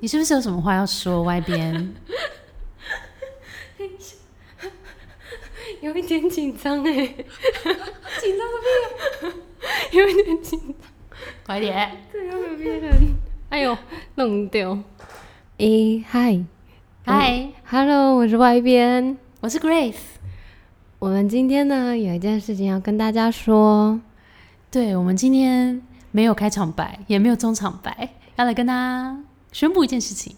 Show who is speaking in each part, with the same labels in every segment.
Speaker 1: 你是不是有什么话要说？Y 边
Speaker 2: 有一点紧张哎，
Speaker 1: 紧张个
Speaker 2: 有一点紧张。
Speaker 1: 屁！ 快点！
Speaker 2: 这要有别人，哎呦，弄掉。诶、嗨
Speaker 1: 嗨，
Speaker 2: ，Hello，我是外边。
Speaker 1: 我是 Grace。
Speaker 2: 我们今天呢有一件事情要跟大家说，
Speaker 1: 对我们今天没有开场白，也没有中场白，要来跟大家宣布一件事情。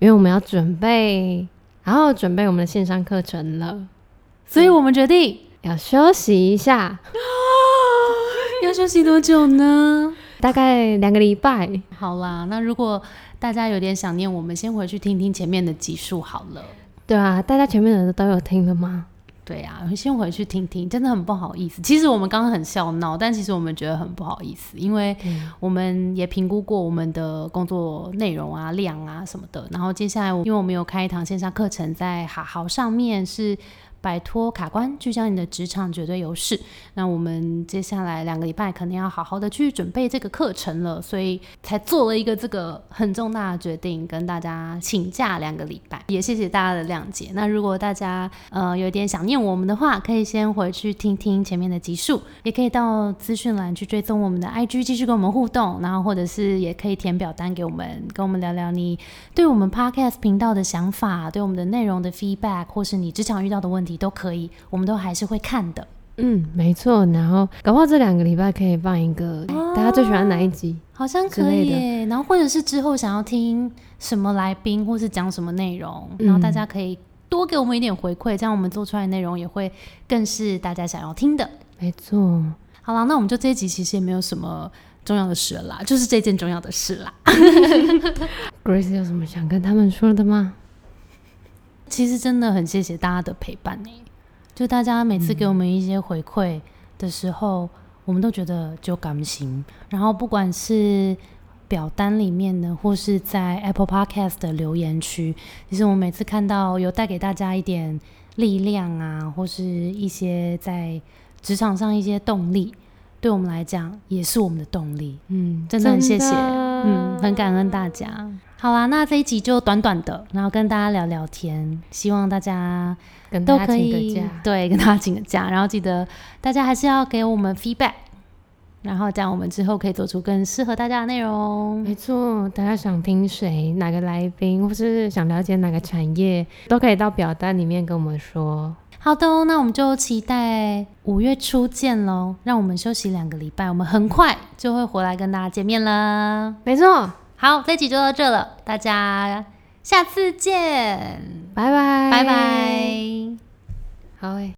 Speaker 2: 因为我们要准备，然后准备我们的线上课程了，
Speaker 1: 所以我们决定
Speaker 2: 要休息一下，
Speaker 1: 要休息多久呢？
Speaker 2: 大概两个礼拜。
Speaker 1: 好啦，那如果大家有点想念我们，先回去听听前面的集数好了。
Speaker 2: 对啊，大家前面的都有听了吗？
Speaker 1: 对啊，先回去听听，真的很不好意思。其实我们刚刚很笑闹，但其实我们觉得很不好意思，因为
Speaker 2: 嗯
Speaker 1: 我们也评估过我们的工作内容啊、量啊什么的。然后接下来我，因为我们有开一堂线上课程，在哈豪上面是摆脱卡关，聚焦你的职场绝对优势。那我们接下来两个礼拜可能要好好的去准备这个课程了，所以才做了一个这个很重大的决定，跟大家请假两个礼拜，也谢谢大家的谅解。那如果大家呃有点想念我们的话，可以先回去听听前面的集数，也可以到资讯栏去追踪我们的 IG，继续跟我们互动，然后或者是也可以填表单给我们，跟我们聊聊你对我们 Podcast 频道的想法，对我们的内容的 feedback，或是你职场遇到的问题都可以，我们都还是会看的。
Speaker 2: 嗯，没错。然后搞不好这两个礼拜可以放一个，大家最喜欢哪一集？
Speaker 1: 好像
Speaker 2: 之
Speaker 1: 可
Speaker 2: 类
Speaker 1: 以
Speaker 2: 的
Speaker 1: 耶，然后或者是之后想要听什么来宾，或是讲什么内容，
Speaker 2: 嗯
Speaker 1: 然后大家可以多给我们一点回馈，这样我们做出来的内容也会更是大家想要听的。
Speaker 2: 没错，
Speaker 1: 好啦，那我们就这一集其实也没有什么重要的事了啦，就是这件重要的事啦。
Speaker 2: Grace 有什么想跟他们说的吗？
Speaker 1: 其实真的很谢谢大家的陪伴呢、欸就大家每次给我们一些回馈的时候，我们都觉得就感心。然后不管是表单里面呢，或是在 Apple Podcast 的留言区，其实我每次看到有带给大家一点力量啊，或是一些在职场上一些动力，对我们来讲也是我们的动力。
Speaker 2: 嗯，
Speaker 1: 真的很谢谢，嗯，很感恩大家。好啦，那这一集就短短的，然后跟大家聊聊天，希望大家
Speaker 2: 跟
Speaker 1: 都
Speaker 2: 大家
Speaker 1: 可
Speaker 2: 请
Speaker 1: 以
Speaker 2: 个假。
Speaker 1: 对跟大家请个假，然后记得大家还是要给我们 feedback，然后这样我们之后可以做出更适合大家的内容。
Speaker 2: 没错，大家想听谁、哪个来宾，或是想了解哪个产业，都可以到表单里面跟我们说。
Speaker 1: 好的哦，那我们就期待五月初见喽。让我们休息两个礼拜，我们很快就会回来跟大家见面了。
Speaker 2: 没错，
Speaker 1: 好，这一集就到这了，大家下次见，
Speaker 2: 拜拜，
Speaker 1: 拜拜。
Speaker 2: 好诶、